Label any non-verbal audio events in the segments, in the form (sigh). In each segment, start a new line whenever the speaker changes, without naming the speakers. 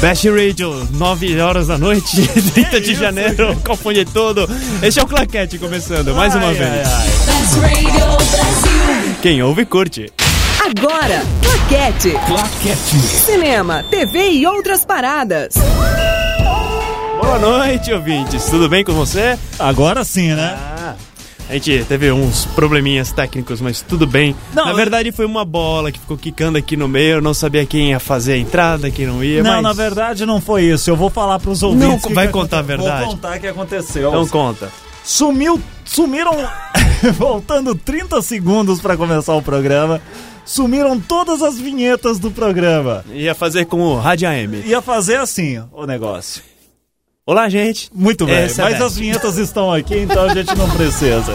Best Radio, 9 horas da noite, (laughs) 30 de janeiro, (laughs) confunde tudo. Este é o Claquete começando, mais uma vez.
Best Radio Brasil.
Quem ouve, curte.
Agora, Plaquete. Cinema, TV e outras paradas.
Boa noite, ouvintes, tudo bem com você?
Agora sim, né?
Ah, a gente teve uns probleminhas técnicos, mas tudo bem.
Não,
na
eu-
verdade, foi uma bola que ficou quicando aqui no meio, eu não sabia quem ia fazer a entrada, quem não ia,
Não,
mas...
na verdade não foi isso. Eu vou falar pros ouvintes.
Não,
o que
vai
que
contar a
aconte-
verdade.
Vou contar o que aconteceu.
Então conta.
Sumiu, sumiram, (laughs) voltando 30 segundos pra começar o programa, sumiram todas as vinhetas do programa.
Ia fazer com o Rádio AM.
Ia fazer assim o negócio.
Olá, gente.
Muito bem,
Essa é
mas
a
as vinhetas estão aqui, então a gente não
(laughs)
precisa.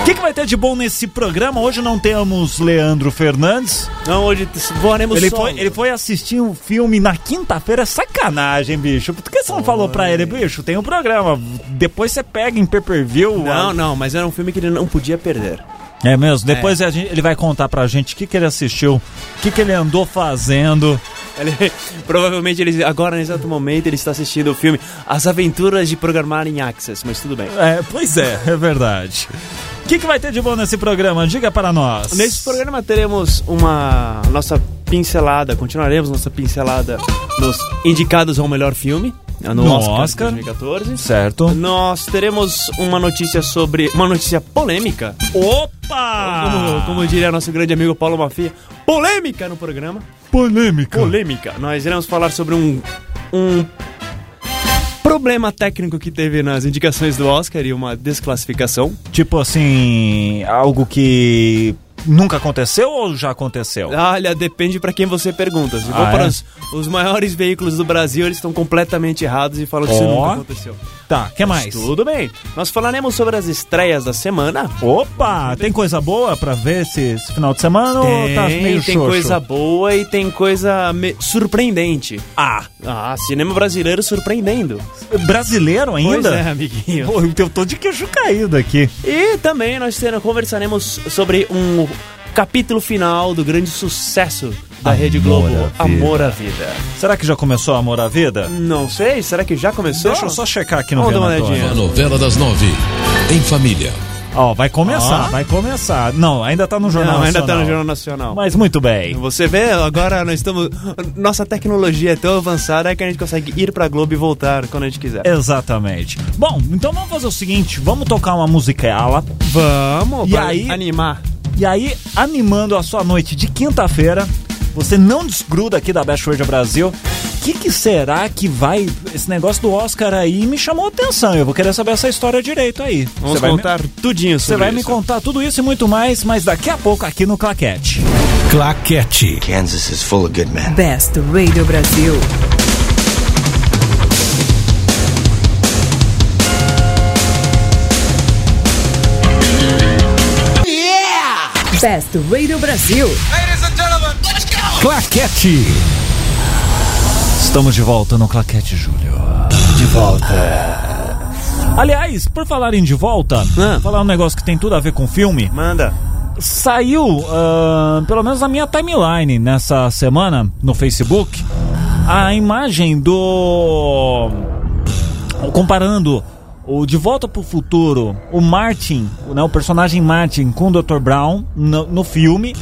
O que, que vai ter de bom nesse programa? Hoje não temos Leandro Fernandes.
Não, hoje voaremos
Ele
solo.
foi, ele foi assistir um filme na quinta-feira, sacanagem, bicho. Por que você não falou pra ele, bicho? Tem um programa, depois você pega em pay-per-view.
Não, não, mas era um filme que ele não podia perder.
É mesmo, depois a gente- ele vai contar pra gente o que, que ele assistiu, o que, que ele andou fazendo.
Ele, (laughs) provavelmente ele agora, nesse exato momento, ele está assistindo o filme As Aventuras de Programar em Access, mas tudo bem.
É, pois é, é verdade. O que, que vai ter de bom nesse programa? Diga para nós.
Nesse programa teremos uma nossa pincelada, continuaremos nossa pincelada nos indicados ao melhor filme, né, no,
No
Oscar,
Oscar.
2014.
Certo.
Nós teremos uma notícia sobre. uma notícia polêmica.
Opa!
Como, como diria nosso grande amigo Paulo Mafia, polêmica no programa.
polêmica.
polêmica. Nós iremos falar sobre um, um problema técnico que teve nas indicações do Oscar e uma desclassificação.
Tipo assim, algo que nunca aconteceu ou já aconteceu?
Ah, Olha, depende pra quem você pergunta. Se for
Oh. Ah,
para
é?
os, os maiores veículos do Brasil, eles estão completamente errados e falam que isso
Ó.
nunca aconteceu.
Tá, que mais?
Tudo bem. Nós falaremos sobre as estreias da semana.
Opa, tem coisa boa pra ver esse, esse final de semana ou tá meio
Oh, tem
xoxo?
coisa boa e tem coisa me- surpreendente.
Ah,
Ah, cinema brasileiro surpreendendo.
brasileiro ainda?
Pois é, amiguinho.
Pô, eu tô de queixo caído aqui.
E também nós ter- conversaremos sobre um capítulo final do grande sucesso da Rede Globo,
à
Amor à Vida.
Será que já começou Amor à Vida?
Não sei, será que já começou?
Deixa eu só checar aqui no
Vamos dar uma
Venatone.
olhadinha.
A novela das nove, em família.
Ó, vai começar,
Ó.
vai começar. Não, ainda tá no Jornal
Não, ainda tá no
Nacional.
Jornal Nacional.
Mas muito bem.
Você vê, agora nós estamos. Nossa tecnologia é tão avançada que a gente consegue ir pra Globo e voltar quando a gente quiser.
Exatamente. Bom, então vamos fazer o seguinte, vamos tocar uma musicala
Vamos,
E
pra
aí-
animar.
E aí, animando a sua noite de quinta-feira, você não desgruda aqui da Best Radio Brasil. O que, que será que vai. Esse negócio do Oscar aí me chamou a atenção. Eu vou querer saber essa história direito aí.
Vamos
vai me-
contar tudinho sobre
Você vai me
isso.
contar tudo isso e muito mais, mas daqui a pouco aqui no Claquete.
Claquete.
Kansas is full of good men.
Best Radio Brasil. Best Radio Brasil.
Claquete.
Estamos de volta no Claquete, Júlio. De volta. Aliás, por falarem de volta,
Ah.
falar um negócio que tem tudo a ver com filme.
Manda.
saiu, ah, pelo menos na minha timeline nessa semana, no Facebook, a imagem do. Comparando o De Volta pro Futuro, o Martin, né, o personagem Martin com o Dr. Brown no, no filme,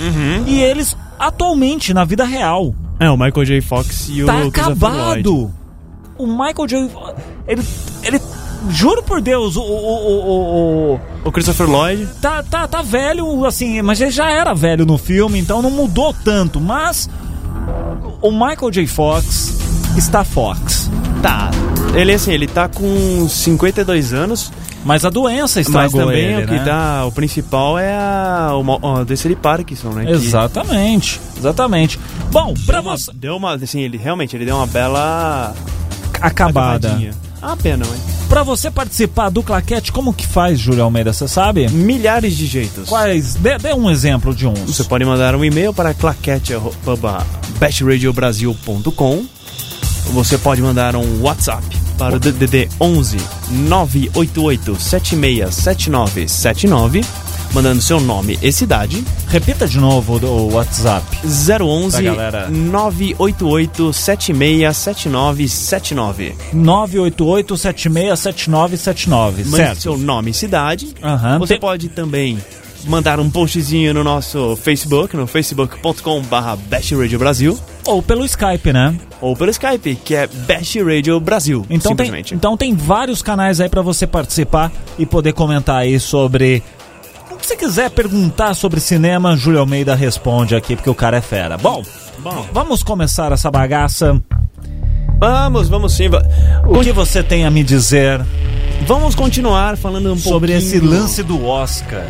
e eles atualmente na vida real.
É, o Michael J. Fox e
Tá
o Christopher Lloyd.
acabado! O Michael J. Ele. ele juro por Deus, o- o- o- o, o
O Christopher Lloyd.
tá, tá, tá velho, assim, mas ele já era velho no filme, então não mudou tanto. Mas o Michael J. Fox está Fox.
Tá. Ele assim, ele tá com 52 anos.
Mas a doença
Mas
estragou
também é
ele,
o que tá
né?
dá, o principal é a, o, mo- ó, a Desiree Parkinson, né? que
Exatamente, exatamente. Bom, pra
deu uma-
você...
Deu uma, assim, ele realmente, ele deu uma bela
Acabada.
acabadinha. É uma pena, mas...
Pra você participar do claquete, como que faz, Júlio Almeida, você sabe?
Milhares de jeitos.
Quais... Dê, dê um exemplo de uns.
Você pode mandar um e-mail para claquete.bestradiobrasil.com Você pode mandar um WhatsApp para o DDD 11 988 767979 Mandando seu nome e cidade.
Repita de novo o o WhatsApp. Pra
011
Tá, galera.
988 767979.
988-767979.
Mande
Certo.
seu nome e cidade.
Aham.
Você
Tem-
pode também mandar um postzinho no nosso Facebook, no facebook.com/barra Best Radio Brasil.
Ou pelo Skype, né?
Ou pelo Skype, que é Best Radio Brasil.
Então tem,
simplesmente.
então tem vários canais aí pra você participar e poder comentar aí sobre. O que você quiser perguntar sobre cinema, Júlio Almeida responde aqui, porque o cara é fera. Bom,
Bom.
vamos começar essa bagaça.
Vamos, vamos sim. va-
O que você tem a me dizer
Vamos continuar falando um
sobre
pouquinho.
esse lance do Oscar?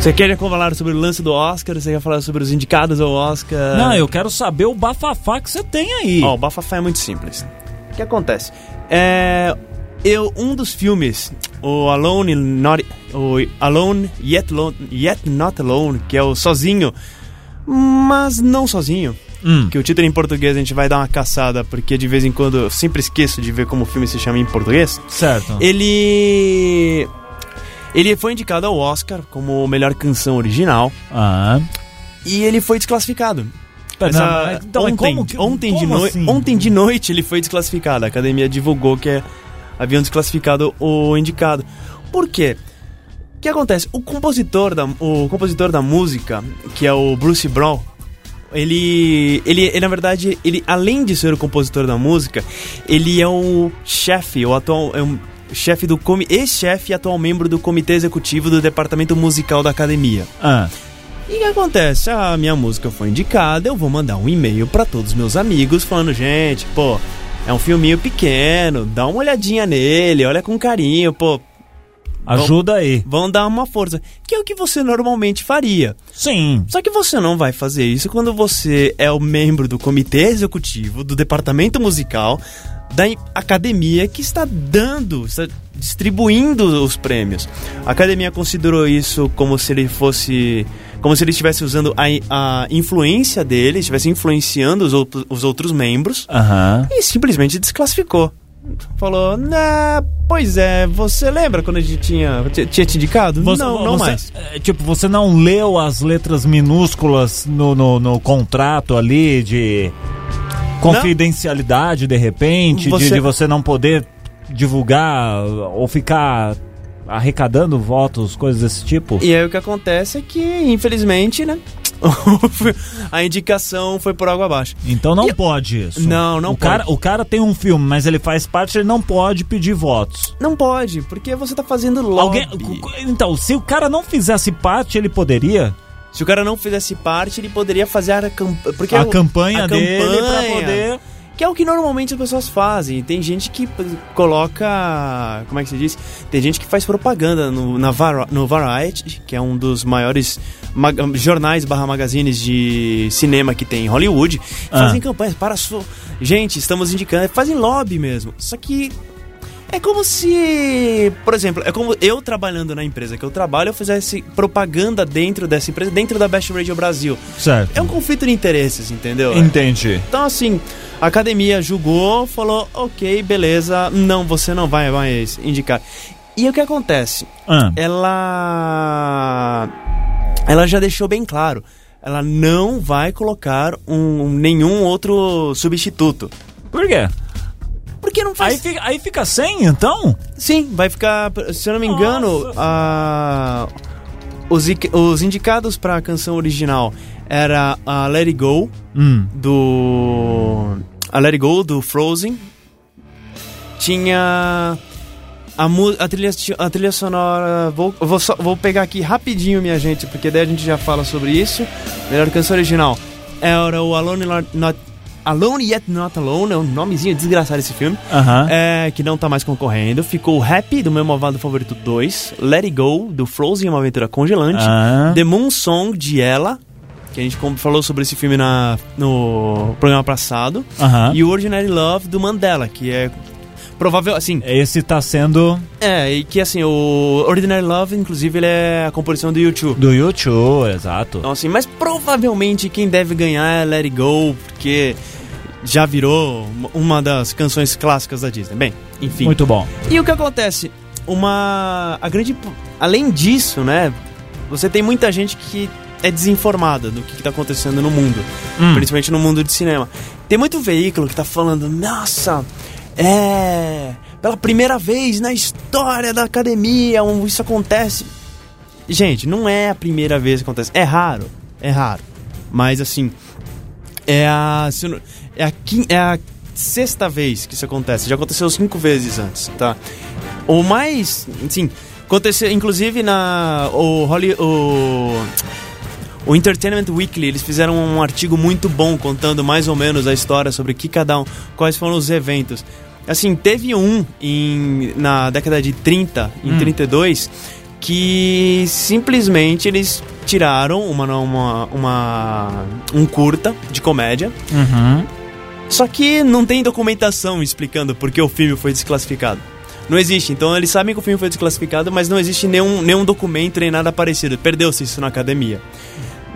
Você quer falar sobre o lance do Oscar? Você quer falar sobre os indicados ao Oscar?
Não, eu quero saber o bafafá que você tem aí.
Ó, o Bafafá é muito simples. O que acontece? É. Eu, um dos filmes, o Alone, not, o Alone Yet, Lo- Yet Not Alone, que é o Sozinho, mas não sozinho.
Hum.
Que o título em português a gente vai dar uma caçada, porque de vez em quando eu sempre esqueço de ver como o filme se chama em português.
Certo.
Ele. Ele foi indicado ao Oscar como melhor canção original
Ah,
e ele foi desclassificado.
pera,
Essa-
não, mas- então, mas
ontem,
como que-
ontem, de
como
noi-
assim?
ontem de noite ele foi desclassificado. A academia divulgou que é- haviam desclassificado o indicado. Por quê? O que acontece? O compositor da, o compositor da música, que é o Bruce Brown, ele, ele, ele, na verdade, ele além de ser o compositor da música, ele é o chefe, o atual, é um chefe do comi- ex-chefe e atual membro do comitê executivo do departamento musical da academia.
Ah,
E o que acontece? A minha música foi indicada, eu vou mandar um e-mail pra todos os meus amigos falando, gente, pô, é um filminho pequeno, dá uma olhadinha nele, olha com carinho, pô,
ajuda aí.
vão dar uma força, que é o que você normalmente faria.
Sim.
Só que você não vai fazer isso quando você é o membro do comitê executivo do departamento musical da i- academia que está dando, está distribuindo os prêmios. A academia considerou isso como se ele fosse como se ele estivesse usando a, i- a influência dele, estivesse influenciando os, outro- os outros membros
Aham.
e simplesmente desclassificou. Falou, né, pois é, você lembra quando a gente tinha, tinha tinha te indicado?
Você-
não, não
você-
mais.
é, tipo, você não leu as letras minúsculas no, no, no contrato ali de confidencialidade, de repente, de-
Você-
De, você não poder divulgar eh, ou ficar arrecadando votos, coisas desse tipo?
E aí o que acontece é que, infelizmente, né? (laughs) a indicação foi por água abaixo.
Então não
E-
pode isso.
Não, não
o Cara,
pode.
o cara tem um filme, mas ele faz parte, ele não pode pedir votos.
Não pode, porque você tá fazendo lobby.
Alguém, cu- cu- então, se o cara não fizesse parte, ele poderia?
Se o cara não fizesse parte, ele poderia fazer a campanha. Porque
a
é o-
campanha
a
dele pra
campanha,
poder...
Que é o que normalmente as pessoas fazem. Tem gente que p- coloca. Como é que se diz? Tem gente que faz propaganda no, na Var- no Variety, que é um dos maiores ma- jornais barra magazines de cinema que tem em Hollywood. E
Ah.
Fazem campanhas para a sua. Gente, estamos indicando. Fazem lobby mesmo. Só que. É como se, por exemplo, é como eu trabalhando na empresa que eu trabalho, eu fizesse propaganda dentro dessa empresa, dentro da Best Radio Brasil.
Certo.
É um conflito de interesses, entendeu?
Entendi.
Então, assim, a academia julgou, falou: ok, beleza, não, você não vai mais indicar. E o que acontece?
Ah,
Ela. Ela já deixou bem claro: ela não vai colocar um, nenhum outro substituto.
por quê?
Porque não
Aí
faz.
fica, aí fica 100, então?
Sim, vai ficar. Se eu não me engano,
Nossa.
a- os, ic- os indicados para a canção original era a Let It Go,
Hum.
do a Let It Go do Frozen tinha a, mu- a, trilha, a trilha sonora vou, vou, só- vou pegar aqui rapidinho minha gente porque daí a gente já fala sobre isso melhor canção original era o Alone Not, Not- Alone Yet Not Alone é um nomezinho desgraçado esse filme
Aham.
é, que não tá mais concorrendo ficou Happy do meu malvado favorito 2 Let It Go do Frozen uma aventura congelante
Ah.
The Moon Song de Ela, que a gente com- falou sobre esse filme na, no programa passado,
Aham.
e o Ordinary Love do Mandela, que é provável, assim,
Esse tá sendo
é, e que assim, o Ordinary Love, inclusive, ele é a composição do YouTube.
do YouTube, exato.
Então, assim, mas provavelmente quem deve ganhar é Let It Go, porque já virou uma- uma das canções clássicas da Disney. Bem, enfim.
Muito bom.
E o que acontece? Uma. A grande. Além disso, né? Você tem muita gente que é desinformada do que, que tá acontecendo no mundo,
Hum.
principalmente no mundo de cinema. Tem muito veículo que tá falando, nossa, é. Pela primeira vez na história da academia, um- isso acontece. Gente, não é a primeira vez que acontece. É raro, é raro. Mas assim, é a. se eu não- é, a quin- é a sexta vez que isso acontece. Já aconteceu cinco vezes antes, tá? O mais. Sim, aconteceu. Inclusive na. O, Holly, o, o Entertainment Weekly, eles fizeram um artigo muito bom contando mais ou menos a história sobre o que cada um. Quais foram os eventos. Assim, teve um em, na década de 30, em 32, que simplesmente eles tiraram uma, uma, uma, um curta de comédia
Uhum.
só que não tem documentação explicando por que o filme foi desclassificado. Não existe, então eles sabem que o filme foi desclassificado, mas não existe nenhum, nenhum documento nem nada parecido. Perdeu-se isso na academia.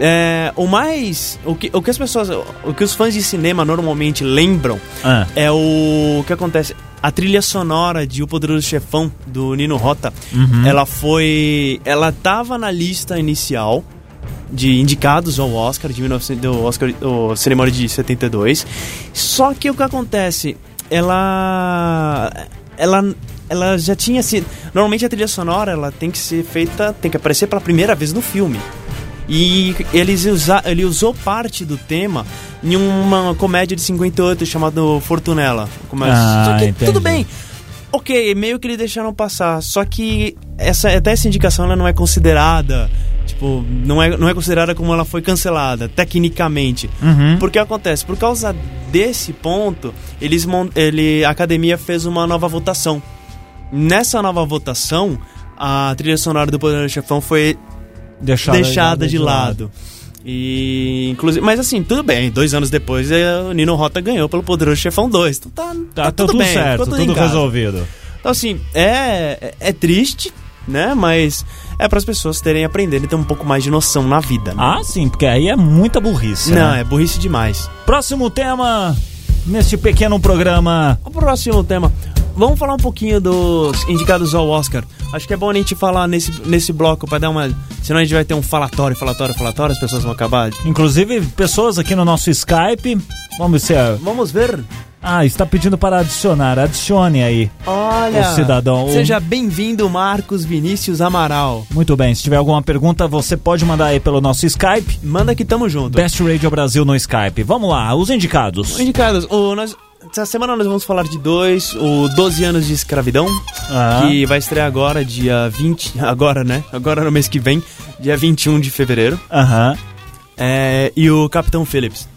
É, o mais. O que, o que as pessoas. O que os fãs de cinema normalmente lembram
Ah.
é o que acontece. A trilha sonora de O Poderoso Chefão, do Nino Rota, ela foi. Ela tava na lista inicial de indicados ao Oscar, de 1900, do Oscar, do cerimônia de 72. Só que o que acontece? Ela. Ela. Ela já tinha sido. Normalmente a trilha sonora ela tem que ser feita. Tem que aparecer pela primeira vez no filme. E eles usa, ele usou parte do tema em uma comédia de 58 chamada Fortunella. Como é-
Ah,
Só que
entendi.
tudo bem. Ok, meio que eles deixaram passar. Só que essa, até essa indicação ela não é considerada. Tipo, não é, não é considerada como ela foi cancelada, tecnicamente.
Uhum.
Porque acontece, por causa desse ponto, eles mon- ele, a academia fez uma nova votação. Nessa nova votação, a trilha sonora do Poder do Chefão foi
Deixada,
deixada de lado. E, inclusive, mas assim, tudo bem. Dois anos depois, eh, o Nino Rota ganhou pelo Poderoso Chefão 2. Então tá,
Tá,
tá,
tá tudo,
bem,
certo,
ficou
tudo,
em casa.
resolvido.
Então, assim, é, é triste, né? Mas é para as pessoas terem aprendido e ter um pouco mais de noção na vida. né?
Ah, sim, porque aí é muita burrice.
Não,
né?
é burrice demais.
Próximo tema neste pequeno programa.
O próximo tema. Vamos falar um pouquinho dos indicados ao Oscar. Acho que é bom a gente falar nesse, nesse bloco para dar uma. Senão a gente vai ter um falatório, falatório, falatório, as pessoas vão acabar.
Inclusive, pessoas aqui no nosso Skype. Vamos ver.
Vamos ver.
Ah, está pedindo para adicionar. Adicione aí.
Olha.
O cidadão.
Seja bem-vindo, Marcos Vinícius Amaral.
Muito bem, se tiver alguma pergunta, você pode mandar aí pelo nosso Skype.
Manda que tamo junto.
Best Radio Brasil no Skype. Vamos lá, os indicados.
Indicados, o, nós, essa semana nós vamos falar de dois, o 12 anos de escravidão,
Ah.
que vai estrear agora, dia 20, (laughs) agora né, agora no mês que vem, dia 21 de fevereiro,
Aham.
é, e o Capitão Phillips.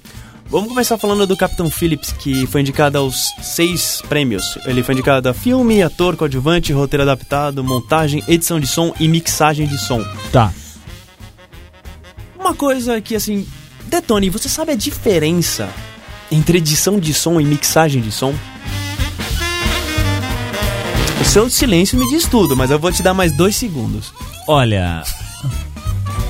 Vamos começar falando do Capitão Phillips, que foi indicado aos seis prêmios. Ele foi indicado a filme, ator, coadjuvante, roteiro adaptado, montagem, edição de som e mixagem de som.
Tá.
Uma coisa que, assim, Detone, você sabe a diferença entre edição de som e mixagem de som? O seu silêncio me diz tudo, mas eu vou te dar mais dois segundos.
Olha.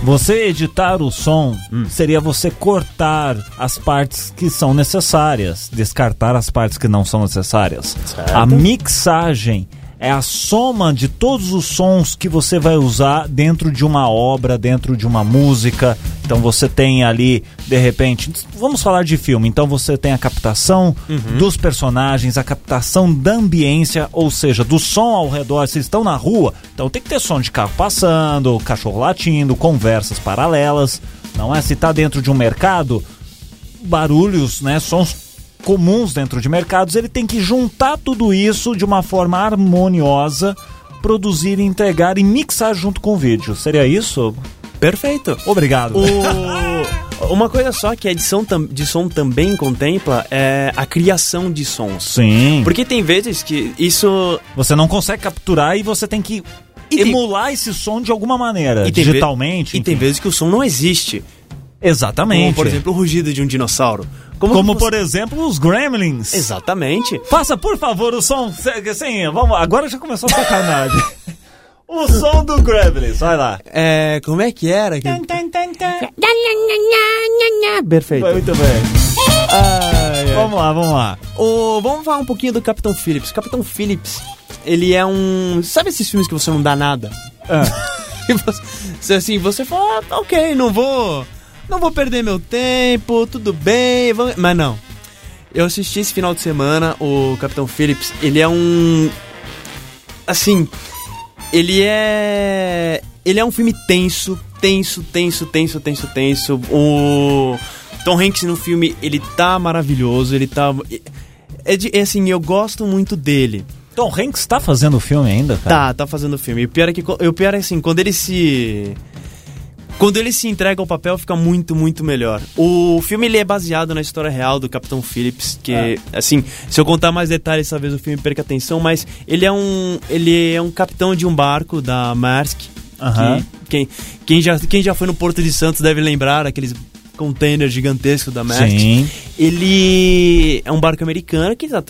Você editar o som seria você cortar as partes que são necessárias, descartar as partes que não são necessárias. A mixagem é a soma de todos os sons que você vai usar dentro de uma obra, dentro de uma música. Então você tem ali, de repente, vamos falar de filme. Então você tem a captação dos personagens, a captação da ambiência, ou seja, do som ao redor. Vocês estão na rua, então tem que ter som de carro passando, cachorro latindo, conversas paralelas. Não é se tá dentro de um mercado, barulhos, né, sons comuns dentro de mercados, ele tem que juntar tudo isso de uma forma harmoniosa, produzir, entregar e mixar junto com o vídeo. Seria isso?
Perfeito.
Obrigado.
O- Uma coisa só que a edição tam- de som também contempla é a criação de sons.
Sim.
Porque tem vezes que isso
Você não consegue capturar e você tem que
E tem-
emular esse som de alguma maneira,
e tem ve-
É, digitalmente.
E tem
enfim.
vezes que o som não existe. Como,
Exatamente.
por exemplo, o rugido de um dinossauro. Como,
Como,
você-
por exemplo, os Gremlins.
Exatamente.
Faça, por favor, o som. se- Sim, vamos. Agora já começou
(laughs)
a sacanagem. o som do Gremlins, vai lá.
É, como é que era? que- Perfeito. É,
Muito bem. Vamos lá, vamos lá.
Ô, vamos falar um pouquinho do Capitão Phillips. Capitão Phillips, ele é um. Sabe esses filmes que você não dá nada? (laughs) E você- Se, assim, você fala, "Ah, ok, não vou. Não vou perder meu tempo, tudo bem. vamos-" Mas não. Eu assisti esse final de semana o Capitão Phillips. Ele é um. Assim. Ele é. Ele é um filme tenso, tenso, tenso, tenso, tenso, tenso. O Tom Hanks no filme, ele tá maravilhoso, ele tá. É, de- é assim, eu gosto muito dele.
Tom Hanks tá fazendo o filme ainda, cara?
Tá, tá fazendo filme. E o pior é que. co- e O pior é assim, quando ele se. Quando ele se entrega ao papel, fica muito, muito melhor. O filme ele é baseado na história real do Capitão Phillips, que,
É.
assim, se eu contar mais detalhes, talvez o filme perca atenção, mas ele é um. Ele é um capitão de um barco da Maersk.
Aham.
que- quem, quem, já, quem já foi no Porto de Santos deve lembrar aqueles containers gigantescos da Maersk.
Sim.
Ele é um barco americano que está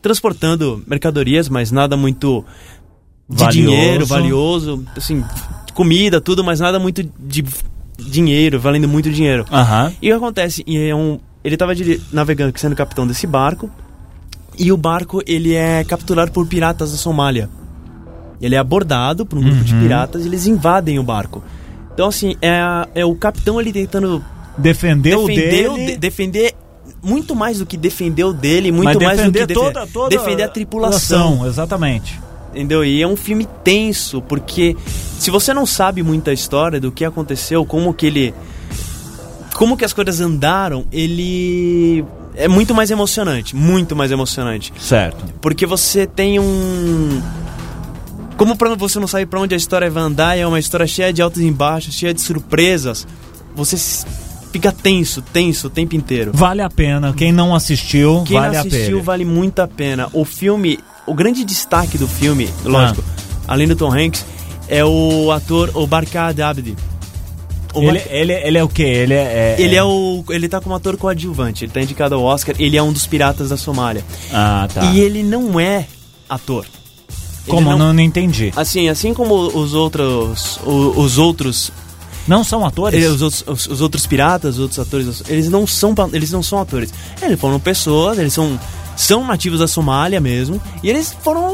transportando mercadorias, mas nada muito de
Valioso.
dinheiro valioso, assim, comida, tudo, mas nada muito de dinheiro, valendo muito dinheiro.
Aham.
E o que acontece? E é um- ele estava navegando, sendo capitão desse barco, e o barco ele é capturado por piratas da Somália. Ele é abordado por um grupo
Uhum.
de piratas e eles invadem o barco. Então, assim, é, a- é o capitão ele tentando
Defender o
defender,
dele.
o Tá. de- defender muito mais do que defender o dele, muito
mas
mais do
defender
que defe-
toda, toda
defender a tripulação.
Exatamente.
Entendeu? E é um filme tenso, porque se você não sabe muita história do que aconteceu, como que ele. Como que as coisas andaram, ele. É muito mais emocionante, muito mais emocionante.
Certo.
Porque você tem um. Como pra você não sabe pra onde a história vai andar, e é uma história cheia de altos e baixos, cheia de surpresas, você s- fica tenso, tenso o tempo inteiro.
Vale a pena. Quem não assistiu,
Quem
vale
não assistiu
a pena.
vale muito a pena. O filme, o grande destaque do filme,
Ah.
lógico, além do Tom Hanks, é o ator Obarka Abdi. O Bar-
Ele, ele, ele é o quê? Ele é.
ele é o, ele tá como ator coadjuvante, ele tá indicado ao Oscar, ele é um dos piratas da Somália.
Ah, tá.
E ele é não é ator. Ele
Como? Não... não entendi.
Assim, assim como os outros, o- os outros
Não são atores?
Eh, os, outros, os, os outros piratas, os outros atores, eles não são, pa- eles não são atores. Eles foram pessoas, eles são, são nativos da Somália mesmo, e eles foram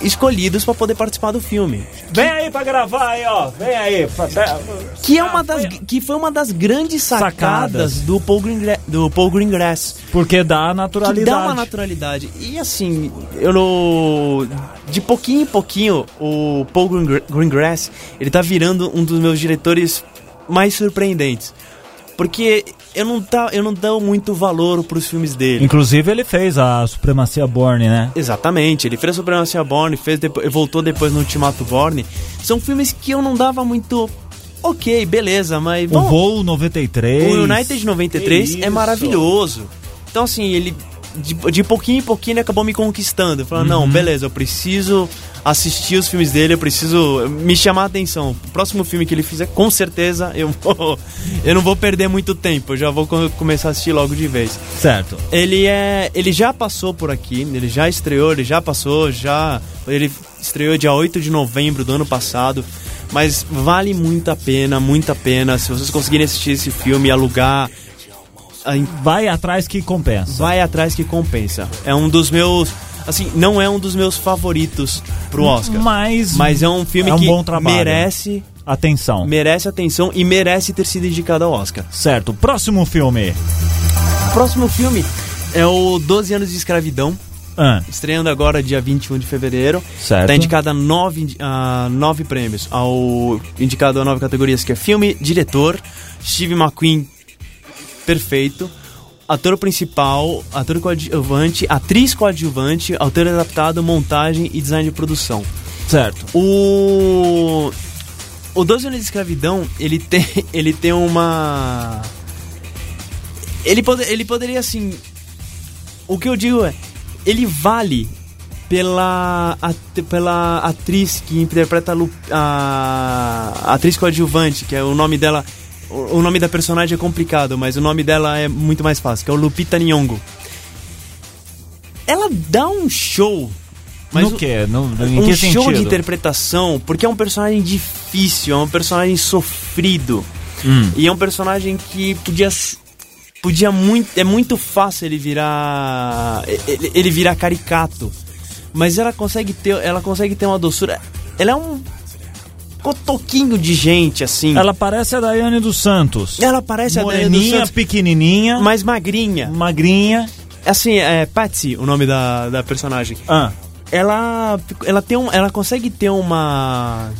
escolhidos para poder participar do filme.
Vem aí pra gravar aí, ó. Vem aí. Fa- tá-
Que, é uma das, que foi uma das grandes sacadas,
Sacadas.
do Paul, Greengra- do Paul Greengrass.
Porque dá naturalidade.
Que dá uma naturalidade. E assim, eu no... De pouquinho em pouquinho, o Paul Green- Greengrass, ele tá virando um dos meus diretores mais surpreendentes. Porque eu não, tá, eu não dou muito valor pros filmes dele.
Inclusive, ele fez a Supremacia Borne, né?
Exatamente, ele fez a Supremacia Borne, fez depo- voltou depois no Ultimato Borne. São filmes que eu não dava muito... Ok, beleza, mas...
O
vamos-
Voo 93.
o United de 93
Que
é
isso.
maravilhoso. Então, assim, ele de, de pouquinho em pouquinho ele acabou me conquistando. Falando, não,
Uhum.
beleza, eu preciso assistir os filmes dele, eu preciso me chamar a atenção. O próximo filme que ele fizer, com certeza, eu, vou, (laughs) eu não vou perder muito tempo. Eu já vou co- começar a assistir logo de vez.
Certo.
Ele é. Ele já passou por aqui, ele já estreou, ele já passou, já. Ele estreou dia 8 de novembro do ano passado. Mas vale muito a pena, muito a pena. Se vocês conseguirem assistir esse filme, alugar, aí
Vai atrás que compensa.
vai atrás que compensa. É um dos meus. Assim, não é um dos meus favoritos pro Oscar.
Mas,
Mas é um filme
é um
que
bom trabalho.
merece,
Atenção.
merece atenção e merece ter sido indicado ao Oscar.
Certo. Próximo filme.
O próximo filme é o 12 anos de escravidão.
Ah,
Estreando agora dia 21 de fevereiro.
Certo.
Tá indicada a nove, indi- a nove prêmios. Ao, indicado a nove categorias, que é filme, diretor, Steve McQueen, perfeito. Ator principal, ator coadjuvante, atriz coadjuvante, autor adaptado, montagem e design de produção.
certo.
O. O 12 anos de escravidão, ele tem, (laughs) ele tem uma. Ele, pode, ele poderia, assim. O que eu digo é. Ele vale pela, at- pela atriz que interpreta a, Lu- a- a atriz coadjuvante, que é o nome dela. O o nome da personagem é complicado, mas o nome dela é muito mais fácil, que é o Lupita Nyong'o. Ela dá um show. Mas
no
o-
quê? No, em
um
que
show
sentido?
de interpretação, porque é um personagem difícil, é um personagem sofrido.
Hum.
E é um personagem que podia s- podia muito, é muito fácil ele virar ele, ele virar caricato. Mas ela consegue ter, ela consegue ter uma doçura. Ela é um cotoquinho de gente, assim.
Ela parece a Daiane dos Santos.
Ela parece a Daiane dos
Moreninha, hum.
Santos,
pequenininha,
mas magrinha.
magrinha.
Assim, é Patsy o nome da, da personagem.
Ah,
Ela, ela, tem um, ela consegue ter uma...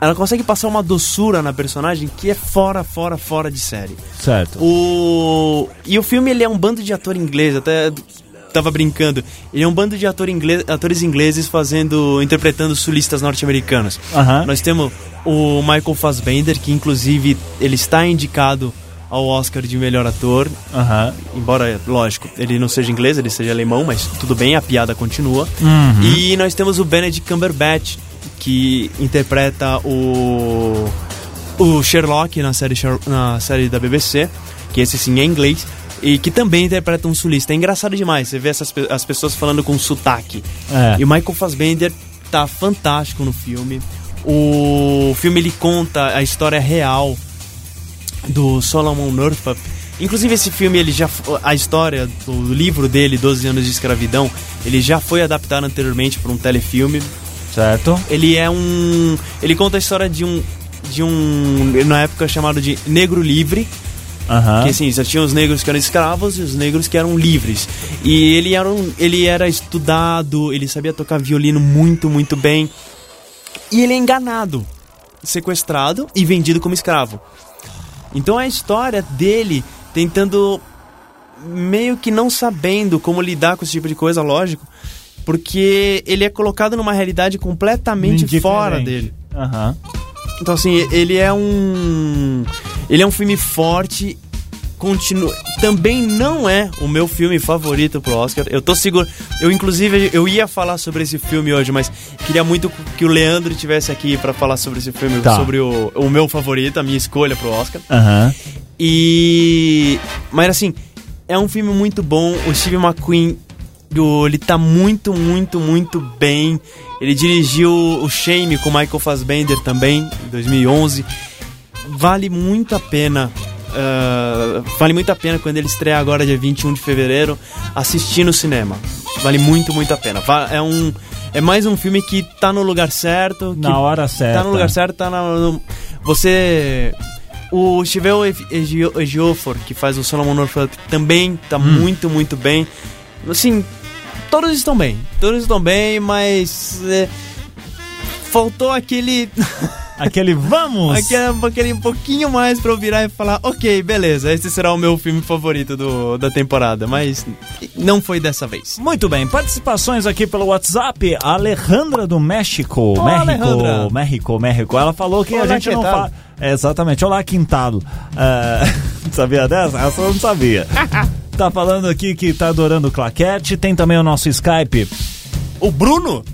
Ela consegue passar uma doçura na personagem que é fora, fora, fora de série.
certo.
O... E o filme ele é um bando de ator inglês, até tava brincando. Ele é um bando de ator inglês, atores ingleses fazendo, interpretando sulistas norte-americanos.
Aham.
Nós temos o Michael Fassbender, que inclusive ele está indicado ao Oscar de melhor ator,
Aham.
embora, lógico, ele não seja inglês, ele seja alemão, mas tudo bem, a piada continua.
Uhum.
E nós temos o Benedict Cumberbatch, que interpreta o o Sherlock na série Sher- na série da BBC, que esse sim é inglês. E que também interpreta um sulista. É engraçado demais. Você vê essas pe- as pessoas falando com sotaque.
É.
E o Michael Fassbender tá fantástico no filme. O filme ele conta a história real do Solomon Northup. Inclusive esse filme ele já fo- a história do livro dele 12 anos de escravidão, ele já foi adaptado anteriormente para um telefilme.
Certo.
Ele é um ele conta a história de um de um na época chamado de negro livre,
Aham.
que assim, já tinha os negros que eram escravos e os negros que eram livres. E ele era, um- ele era estudado, ele sabia tocar violino muito, muito bem. E ele é enganado, sequestrado e vendido como escravo. Então é a história dele tentando, meio que não sabendo como lidar com esse tipo de coisa, lógico, porque ele é colocado numa realidade completamente
Indiferente.
fora dele.
Aham.
Então, assim, ele é um. Ele é um filme forte. Continua. Também não é o meu filme favorito pro Oscar. Eu tô seguro. Eu, inclusive, eu ia falar sobre esse filme hoje, mas queria muito que o Leandro tivesse aqui pra falar sobre esse filme,
Tá.
sobre o, o meu favorito, a minha escolha pro Oscar.
Aham.
E. Mas assim, é um filme muito bom. O Steve McQueen, do- ele tá muito, muito, muito bem. Ele dirigiu o Shame com Michael Fassbender também, em 2011. Vale muito a pena. ah, vale muito a pena quando ele estrear agora, dia 21 de fevereiro, assistir no cinema. Vale muito, muito a pena. Va- É um. É mais um filme que tá no lugar certo. que
Na hora certa.
Tá no lugar certo, tá na. no- você. O Chivel Egiofor, que faz o Solomon Northup, também tá muito, muito bem. Assim, todos estão bem. Todos estão bem, mas. é, faltou aquele. (laughs)
Aquele vamos.
aquele, aquele pouquinho mais pra eu virar e falar: ok, beleza, esse será o meu filme favorito do, da temporada. Mas não foi dessa vez.
Muito bem, participações aqui pelo WhatsApp. A Alejandra do México.
Olá,
México,
Alejandra.
México, México. Ela falou que a
Olá,
gente não
Quintado.
fala. É, exatamente. Olá, Quintado. Ah, (laughs) sabia dessa? Essa eu
(laughs)
não sabia. tá falando aqui que tá adorando o claquete. Tem também o nosso Skype.
O Bruno?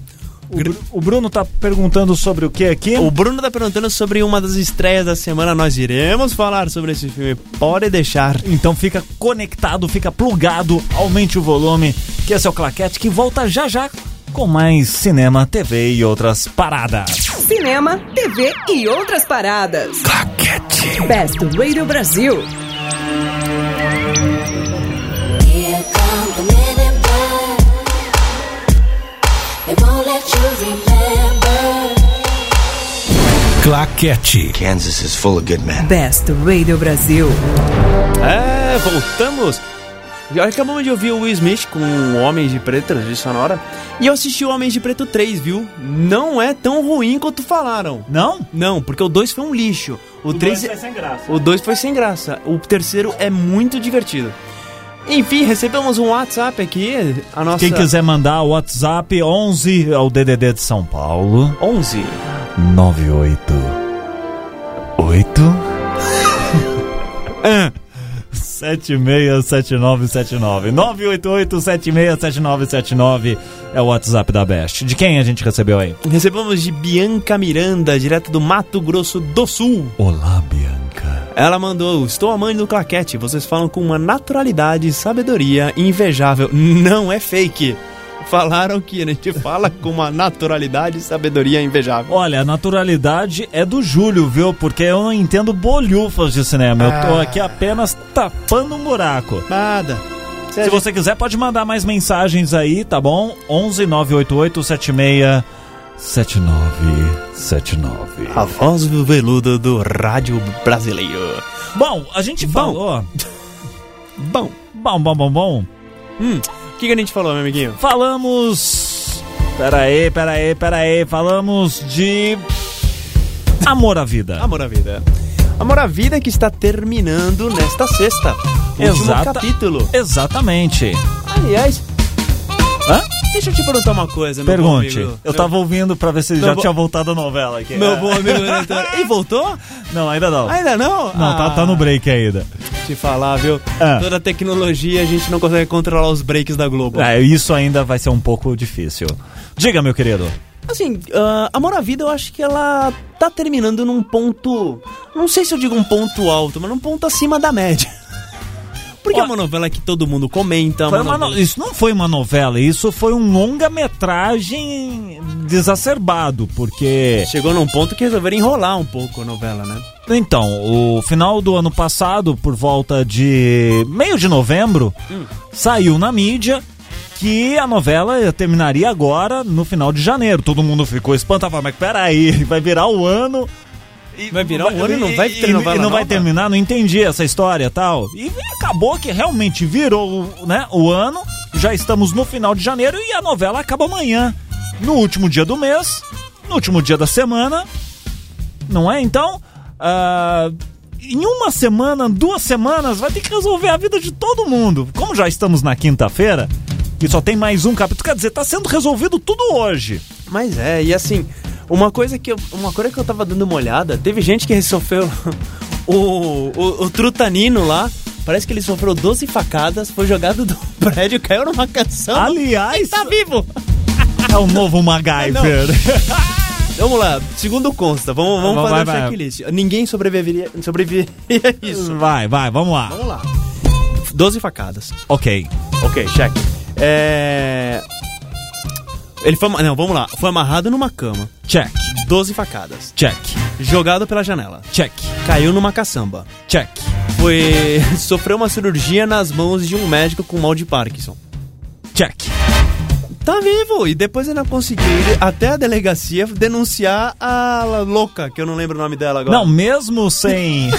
O, Bru- o Bruno tá perguntando sobre o que aqui?
O Bruno tá perguntando sobre uma das estreias da semana. Nós iremos falar sobre esse filme. Pode deixar.
Então fica conectado, fica plugado, aumente o volume, que esse é o Claquete que volta já já com mais cinema, TV e outras paradas.
Cinema, TV e outras paradas. Claquete. Best Radio Brasil.
Here come the minute bird. They won't let you remember.
Claquete.
Kansas is full of good men.
Best Radio Brasil.
É, voltamos! Já Acabamos de ouvir o Will Smith com Homens de Preto, de sonora. E eu assisti o Homens de Preto 3, viu? Não é tão ruim quanto falaram.
Não?
Não, porque o 2 foi um lixo. O 3 O 2 foi sem graça. O terceiro é muito divertido. Enfim, recebemos um WhatsApp aqui. A nossa.
Quem quiser mandar o WhatsApp é 11 ao DDD de São Paulo
11.
98 (laughs) 8 767979 988 767979 é o WhatsApp da Best. De quem a gente recebeu aí?
Recebemos de Bianca Miranda, direto do Mato Grosso do Sul.
Olá, Bianca.
Ela mandou: Estou amando o claquete. Vocês falam com uma naturalidade e sabedoria invejável. Não é fake. Falaram que a gente fala com uma naturalidade e sabedoria invejável.
Olha, a naturalidade é do Júlio, viu? Porque eu não entendo bolhufas de cinema. Eu
Ah.
tô aqui apenas tapando um buraco.
Nada. Se,
Se
você...
você quiser, pode mandar mais mensagens aí, tá bom? 11 988 76 7979.
A voz veluda do rádio brasileiro.
Bom, a gente falou.
(laughs) Bom,
Bom, bom, bom, bom.
hum, o que, que a gente falou, meu amiguinho?
Falamos. Pera aí, pera aí, pera aí. Falamos de. Amor à vida.
Amor à Vida. Amor à Vida que está terminando nesta sexta. Último
Exata-
capítulo.
Exatamente.
Aliás,
Hã?
deixa eu te perguntar uma coisa, meu bom
Pergunte.
amigo.
Eu tava ouvindo pra ver se já
bo-
tinha voltado a novela aqui.
Meu
É.
bom amigo Neto. E voltou?
Não, ainda não.
Ainda não?
Não, tá,
ah.
tá no break ainda.
Te falar, viu?
Ah.
Toda a tecnologia a gente não consegue controlar os breaks da Globo.
É, isso ainda vai ser um pouco difícil. Diga, meu querido.
Assim, ah, Amor à Vida eu acho que ela tá terminando num ponto. Não sei se eu digo um ponto alto, mas num ponto acima da média. (laughs) Porque
Ó.
é uma novela que todo mundo comenta. é
Foi uma
novela-
no- Isso não foi uma novela, isso foi um longa-metragem desacerbado, porque.
Chegou num ponto que resolveram enrolar um pouco a novela, né?
Então, o final do ano passado, por volta de meio de novembro, saiu na mídia que a novela terminaria agora no final de janeiro. Todo mundo ficou espantado, falou, mas peraí, (laughs) vai virar o ano. E
Vai virar o ano e não vai ter
e-
novela
e não vai
nova?
terminar, não entendi essa história e tal. E acabou que realmente virou né, o ano, já estamos no final de janeiro e a novela acaba amanhã. No último dia do mês, no último dia da semana, não é? Então, ah, em uma semana, duas semanas, vai ter que resolver a vida de todo mundo. Como já estamos na quinta-feira e só tem mais um capítulo, quer dizer, tá sendo resolvido tudo hoje.
Mas é, e assim, uma coisa que eu, uma coisa que eu tava dando uma olhada, teve gente que sofreu (laughs) o, o, o trutanino lá, parece que ele sofreu 12 facadas, foi jogado do (laughs) prédio, caiu numa canção.
Aliás,
tá vivo!
(laughs)
É,
é o novo MacGyver.
Vamos lá, segundo consta, vamos, vamos
Vai,
fazer
vai.
um checklist. Ninguém sobreviveria, sobreviveria a isso.
Vai, vai, vamos lá.
Vamos lá. 12 facadas.
Ok.
Ok, check. É. Ele foi. ama- Não, vamos lá. Foi amarrado numa cama.
Check,
12 facadas.
check,
Jogado pela janela.
check,
Caiu numa caçamba.
check.
Foi. (laughs) Sofreu uma cirurgia nas mãos de um médico com mal de Parkinson.
Check.
Tá vivo! E depois ainda conseguiu ir até a delegacia denunciar a louca, que eu não lembro o nome dela agora.
Não,
(laughs)
mesmo sem.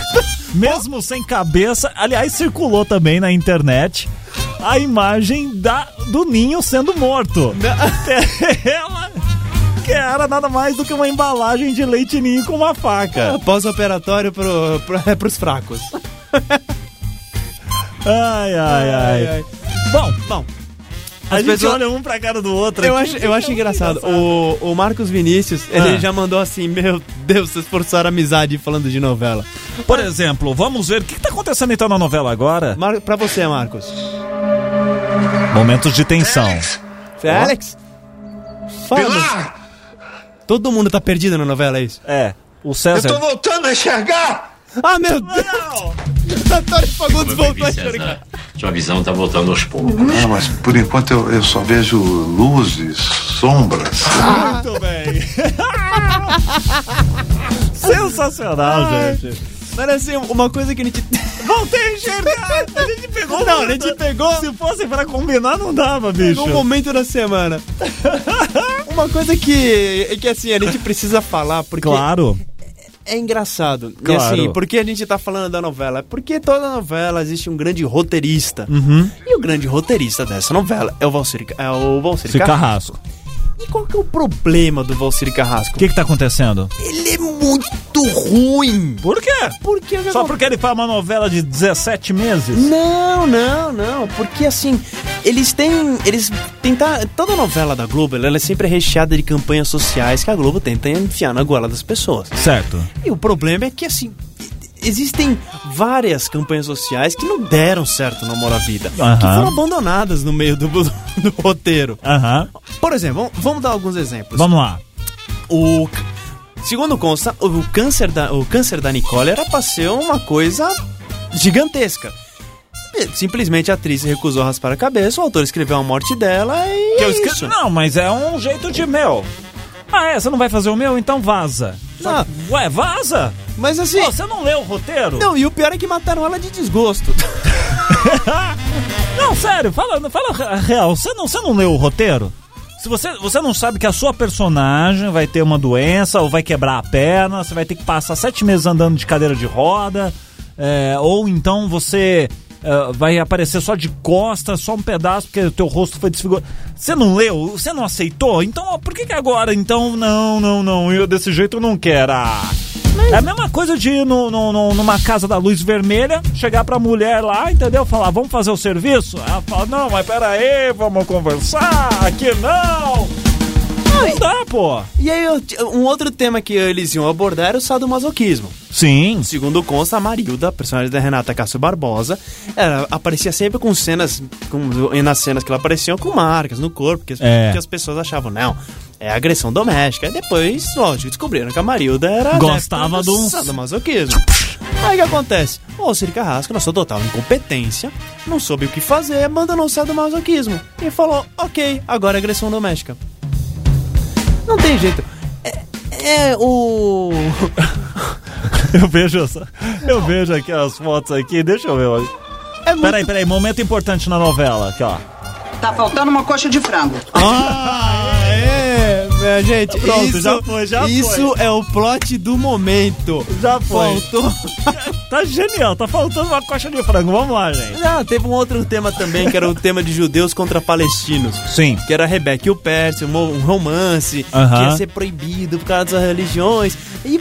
mesmo sem cabeça. Aliás, circulou também na internet a imagem da, do ninho sendo morto. (laughs) Ela. Que era nada mais do que uma embalagem de leite ninho com uma faca.
É, Pós-operatório pro, pro, (laughs) pros fracos.
Ai, ai, ai. Bom,
Bom,
a
As
gente
pessoas-
olha um pra cara do outro.
Eu
aqui.
acho, eu acho engraçado. O, o Marcos Vinícius, ele
então. Ah.
já mandou assim: Meu Deus, vocês forçaram a amizade falando de novela.
Por exemplo, vamos ver o que, que tá acontecendo então na novela agora.
Mar pra você, Marcos.
Momentos de tensão.
Você é Alex? Fala. Todo mundo tá perdido na novela, é isso?
É, o César.
voltando a enxergar!
Ah, meu Deus! (laughs) Tá, A Tori Fagundes voltou a chorar.
César, sua visão tá voltando aos poucos.
Não, mas por enquanto eu, eu só vejo luzes, sombras.
Muito bem. Sensacional, gente.
Mas assim, uma coisa que a gente.
Voltei a enxergar. A gente pegou.
Não, a gente pegou.
Se fosse pra combinar, não dava, bicho.
Tá No momento da semana. (laughs) Uma coisa que, que assim, a gente precisa falar, porque
Claro.
é engraçado. E
Claro.
assim, por que a gente tá falando da novela? Porque toda novela existe um grande roteirista. E o grande roteirista dessa novela é o Valcir, é o Valcir
Esse
Carrasco.
carrasco.
E qual que é o problema do Valcir Carrasco?
O que que tá acontecendo?
Ele é muito ruim.
Por quê?
Porque o que
Só
aconte-
porque ele faz uma novela de 17 meses?
Não, não, não. Porque assim, eles têm. Eles tentar. Toda novela da Globo ela é sempre recheada de campanhas sociais que a Globo tenta enfiar na goela das pessoas.
Certo.
E o problema é que assim. Existem várias campanhas sociais que não deram certo no Amor à Vida. Que
Aham.
foram abandonadas no meio do, do- do roteiro.
Aham.
Por exemplo, vamos, vamos dar alguns exemplos.
Vamos lá.
O. c- Segundo consta, o câncer da, o câncer da Nicole era pra ser uma coisa gigantesca. E, Simplesmente a atriz recusou raspar a cabeça, o autor escreveu a morte dela e.
Que
é
eu esque-
isso.
Não, mas é um jeito de meu. Ah, é? Você não vai fazer o meu? Então vaza.
Ah.
Só que- Ué, vaza?
Mas assim.
Pô, você não leu o roteiro?
Não, e o pior é que mataram ela de desgosto. (laughs)
Não, sério, fala, fala a real. Você não, você não leu o roteiro? Se você, você não sabe que a sua personagem vai ter uma doença ou vai quebrar a perna, você vai ter que passar sete meses andando de cadeira de roda, é, ou então você é, vai aparecer só de costas, só um pedaço, porque o teu rosto foi desfigurado. Você não leu? Você não aceitou? Então, ó, por que, que agora? Então, não, não, não, eu desse jeito eu não quero. Ah. É a mesma coisa de ir no, no- no- numa casa da luz vermelha, chegar pra mulher lá, entendeu? Falar, vamos fazer o serviço? Ela fala, não, mas peraí, vamos conversar, aqui não! Não dá, pô!
E aí, eu- um outro tema que eles iam abordar era o sadomasoquismo.
Sim.
Segundo consta, a Marilda, a personagem da Renata Cássio Barbosa, ela aparecia sempre com cenas, com, e nas cenas que ela aparecia, com marcas no corpo, que, as-
É.
que as pessoas achavam, não, é agressão doméstica. E depois, lógico, descobriram que a Marilda era
Gostava
adepta
de um-
sadomasoquismo. Aí o que acontece? O Alcir Carrasco, na sua total incompetência, não soube o que fazer, abandonou o sadomasoquismo e falou, ok, agora é agressão doméstica. Não tem jeito. É, é o...
(laughs) Eu vejo essa, eu vejo aqui as fotos aqui, deixa eu ver. ó.
É muito
Peraí, peraí, momento importante na novela, aqui ó.
Tá faltando uma coxa de frango.
Ah, é, minha gente.
Pronto,
isso,
já foi, já foi.
Isso é o plot do momento.
Já foi.
Faltou.
Tá genial, tá faltando uma coxa de frango, vamos lá, gente.
Ah, teve um outro tema também, que era o tema de judeus contra palestinos.
Sim.
Que era a Rebeca e o Pérsia, um um romance que
Aham.
ia ser proibido por causa das religiões. E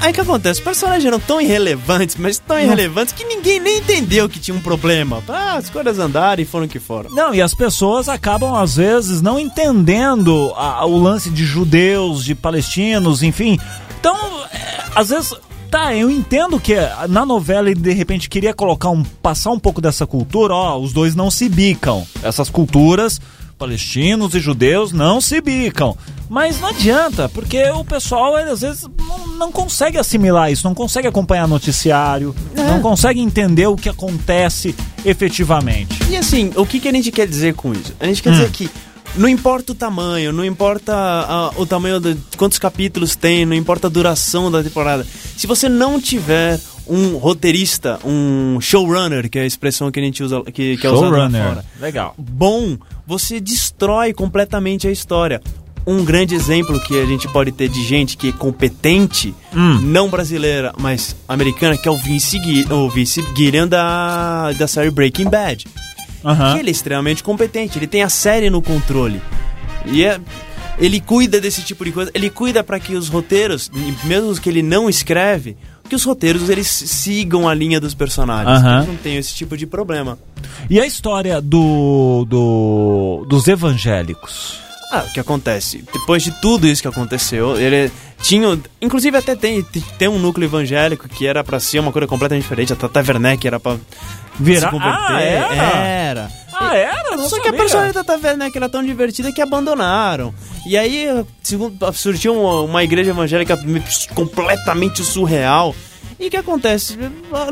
aí o que acontece? Os personagens eram tão irrelevantes, mas tão irrelevantes que ninguém nem entendeu que tinha um problema. Ah, as coisas andaram e foram que foram.
Não, e as pessoas acabam, às vezes, não entendendo a- o lance de judeus, de palestinos, enfim. Então, é, às vezes. Tá, eu entendo que na novela ele de repente queria colocar um. passar um pouco dessa cultura, ó, os dois não se bicam. Essas culturas, palestinos e judeus, não se bicam. Mas não adianta, porque o pessoal ele, às vezes não, não consegue assimilar isso, não consegue acompanhar noticiário, não consegue entender o que acontece efetivamente.
E assim, o que, que a gente quer dizer com isso? A gente quer dizer que não importa o tamanho, não importa ah, o tamanho de quantos capítulos tem, não importa a duração da temporada. Se você não tiver um roteirista, um showrunner, que é a expressão que a gente usa, que, que é usada lá fora,
Legal.
bom, você destrói completamente a história. Um grande exemplo que a gente pode ter de gente que é competente, não brasileira, mas americana, que é o Vince, Gui- o Vince Gillian da, da série Breaking Bad.
Aham.
Que ele é extremamente competente, ele tem a série no controle. E é- ele cuida desse tipo de coisa, ele cuida para que os roteiros, e mesmo os que ele não escreve, que os roteiros eles sigam a linha dos personagens.
Aham.
Eles não tem esse tipo de problema.
E a história do, do dos evangélicos?
Ah, o que acontece? Depois de tudo isso que aconteceu, ele tinha. Inclusive, até tem, tem um núcleo evangélico que era pra ser uma coisa completamente diferente. A Tata Werneck era pra
Virar-
se converter. É.
Ah, era?
Era.
Ah, era?
Só que a personagem da Tata Werneck era tão divertida que abandonaram. E aí, segundo, surgiu uma, uma igreja evangélica completamente surreal. E o que acontece?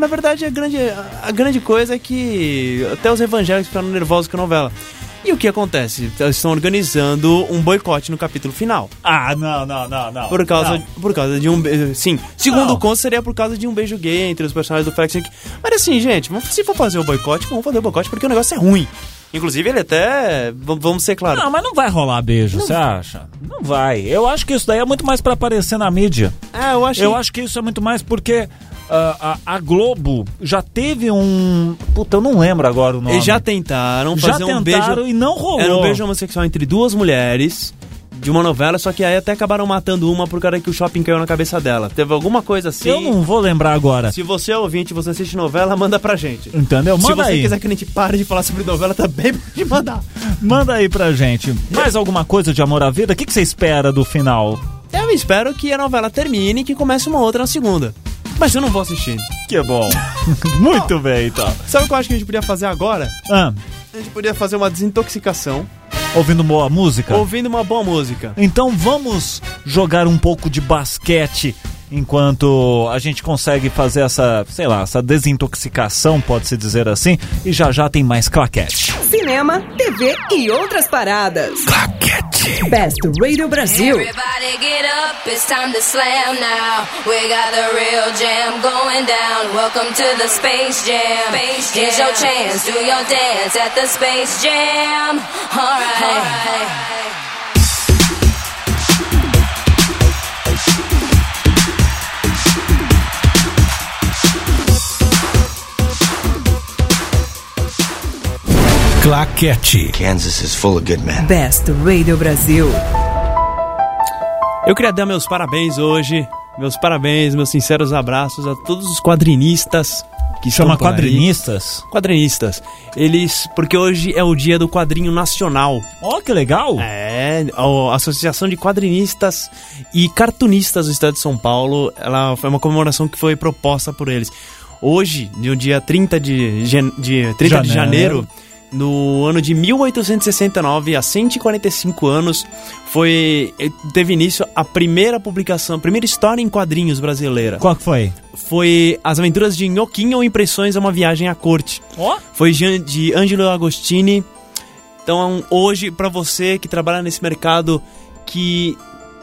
Na verdade, a grande, a grande coisa é que até os evangélicos ficaram nervosos com a novela. E o que acontece? Eles estão organizando um boicote no capítulo final.
Ah, não, não, não, não.
Por causa,
Não.
por causa de um beijo. Sim, segundo
Não.
o conto, seria por causa de um beijo gay entre os personagens do Flex. Mas assim, gente, vamos- se for fazer o boicote, vamos fazer o boicote porque o negócio é ruim. Inclusive, ele até. v- Vamos ser claros.
Não, mas não vai rolar beijo, você acha? Não vai. Eu acho que isso daí é muito mais pra aparecer na mídia.
É, eu acho.
Eu acho que isso é muito mais porque ah, a, a Globo já teve um. Puta, eu não lembro agora o nome.
Eles já tentaram
Já
fazer um
tentaram
beijo.
e não rolou.
Era um beijo homossexual entre duas mulheres de uma novela, só que aí até acabaram matando uma por causa que o shopping caiu na cabeça dela. Teve alguma coisa assim.
Eu não vou lembrar agora.
Se você é ouvinte, você assiste novela, manda pra gente.
Entendeu?
Se
Manda
você
aí.
quiser que a gente pare de falar sobre novela, tá também
(laughs)
pode mandar.
Manda aí pra gente. Mais alguma coisa de amor à vida? O que que você espera do final?
Eu espero que a novela termine e que comece uma outra na segunda. Mas eu não vou assistir.
Que bom. (laughs) muito bem, então.
Sabe o que eu acho que a gente podia fazer agora?
Ah,
A gente podia fazer uma desintoxicação
ouvindo boa música?
ouvindo uma boa música.
Então vamos jogar um pouco de basquete enquanto a gente consegue fazer essa, sei lá, essa desintoxicação, pode-se dizer assim, e já já tem mais claquete.
Cinema, TV e outras paradas.
Claquete.
Best Radio Brasil.
Everybody get up, it's time to slam now. We got the real jam going down. Welcome to the Space Jam. Space Here's your chance, do your dance at the Space Jam. Alright.
Claquete.
Kansas is full of good men.
Best Radio Brasil.
Eu queria dar meus parabéns hoje, meus parabéns, meus sinceros abraços a todos os quadrinistas que estão
Chama
por aí.
quadrinistas.
Quadrinistas. Eles, porque hoje é o dia do quadrinho nacional.
Ó, que legal.
É, a Associação de Quadrinistas e Cartunistas do Estado de São Paulo, ela foi uma comemoração que foi proposta por eles. Hoje, no dia 30 de, jan- de, 30 de
Janeiro.
janeiro, no ano de 1869, há 145 anos, foi eh, teve início a primeira publicação, a primeira história em quadrinhos brasileira.
Qual que foi?
Foi As Aventuras de Nhoquinho Impressões a uma Viagem à Corte.
Ó.
Foi Jean- de Angelo Agostini. Então, hoje, pra você que trabalha nesse mercado que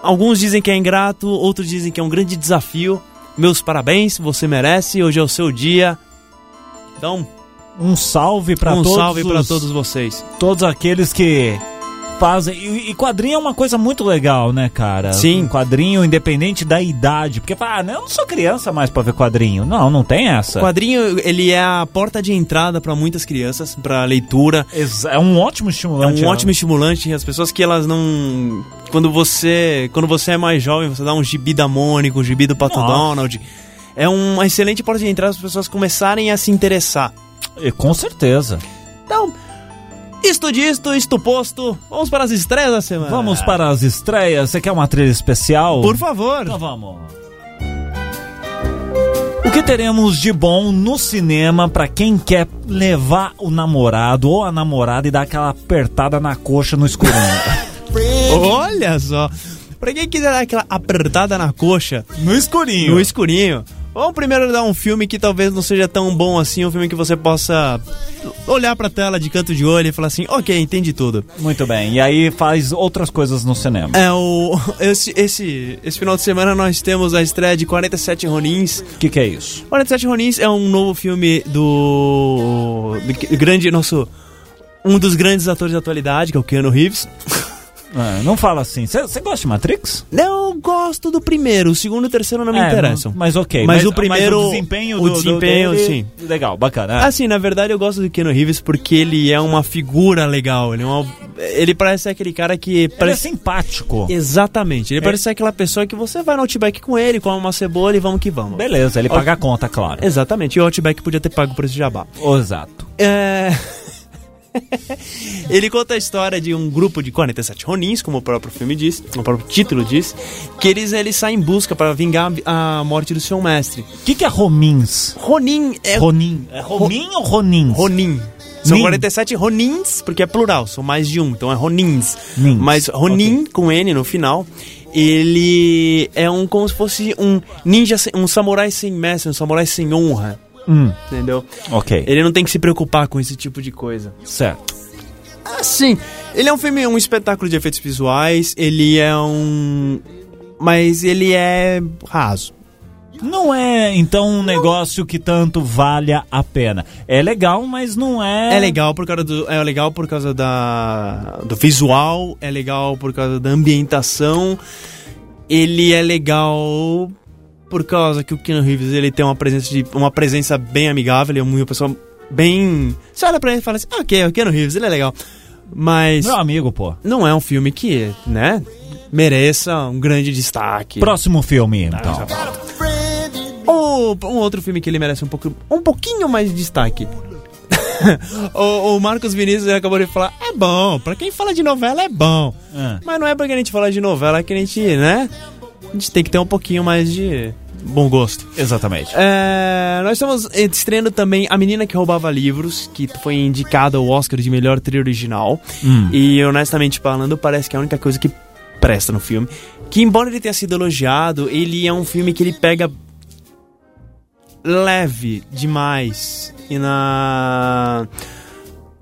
alguns dizem que é ingrato, outros dizem que é um grande desafio, meus parabéns, você merece, hoje é o seu dia. Então,
Um salve pra
um
todos.
salve pra
os-
todos vocês.
todos aqueles que fazem. E, e quadrinho é uma coisa muito legal, né, cara?
Sim.
Um quadrinho independente da idade. Porque fala, ah, não, eu não sou criança mais pra ver quadrinho. Não, não tem essa.
O quadrinho, ele é a porta de entrada pra muitas crianças, pra leitura.
Ex- É um ótimo
É
estimulante.
um
né?
ótimo estimulante, as pessoas que elas não... Quando você quando você é mais jovem, você dá um gibi da Mônica, um gibi do Pato
Nossa.
Donald. É uma excelente porta de entrada para as pessoas começarem a se interessar.
E Com certeza.
Então, isto disto, isto posto, vamos para as estreias da semana.
Vamos para as estreias. Você quer uma trilha especial?
Por favor.
Então vamos. O que teremos de bom no cinema pra quem quer levar o namorado ou a namorada e dar aquela apertada na coxa
(laughs)
no escurinho?
Olha só. Pra quem quiser dar aquela apertada na coxa,
No escurinho.
no escurinho, vamos primeiro dar um filme que talvez não seja tão bom assim, um filme que você possa olhar pra tela de canto de olho e falar assim, ok, entendi tudo.
Muito bem. E aí faz outras coisas no cinema.
É o. (laughs) Esse, esse, esse final de semana nós temos a estreia de 47 Ronins.
O que, que é isso?
47 Ronins é um novo filme do. do que- grande. nosso. Um dos grandes atores da atualidade, que é o Keanu Reeves.
Ah, não fala assim. Você gosta de Matrix?
Eu gosto do primeiro, o segundo e o terceiro não me interessam.
É, Mas ok.
Mas o primeiro-
o desempenho
o
do- do
desempenho,
dele- Legal, bacana.
Assim, na verdade eu gosto do Keanu Reeves porque ele é uma figura legal. Ele, é uma- ele parece aquele cara que.
Ele é
Parece,
simpático.
Exatamente. Ele parece aquela pessoa que você vai no Outback com ele, come uma cebola e vamos que vamos.
Beleza, ele paga a conta, claro.
Exatamente, e o Outback podia ter pago por esse jabá.
Exato.
É... (laughs) Ele conta a história de um grupo de 47 Ronins, como o próprio filme diz, o próprio título diz, que eles, eles saem em busca para vingar a morte do seu mestre.
O que, que é Romins?
Ronin é.
Ronin. É Romin ou Ronins?
Ronin. São
Nin.
47 Ronins, porque é plural, são mais de um, então é Ronins.
Nins,
Mas Ronin, com N no final, ele é um como se fosse um ninja, sem- um samurai sem mestre, um samurai sem honra,
Hum,
entendeu?
ok.
Ele não tem que se preocupar com esse tipo de coisa.
Certo.
Assim, ele é um filme, um espetáculo de efeitos visuais, ele é um. Mas ele é raso.
Não é, então, um negócio que tanto valha a pena. É legal, mas não é...
É legal por causa do. É legal por causa da. do visual, é legal por causa da ambientação. Ele é legal por causa que o Keanu Reeves ele tem uma presença de. uma presença bem amigável, ele é uma pessoa bem. Você olha pra ele e fala assim, "Ah, ok, o Keanu Reeves, ele é legal. Mas
Meu amigo, pô.
não é um filme que, né? Mereça um grande destaque.
Próximo
Ah,
filme, então.
Ou um outro filme que ele merece um pouco, um pouquinho mais de destaque. (laughs) o, o Marcos Vinícius acabou de falar, é bom, pra quem fala de novela é bom.
Ah.
Mas não é porque a gente fala de novela que a gente, né? A gente tem que ter um pouquinho mais de bom gosto.
Exatamente.
É, nós estamos estreando também A Menina que Roubava Livros, que foi indicada ao Oscar de melhor trilha original.
Hum.
E honestamente falando, parece que é a única coisa que presta no filme. Que embora ele tenha sido elogiado, ele é um filme que ele pega leve demais. E na.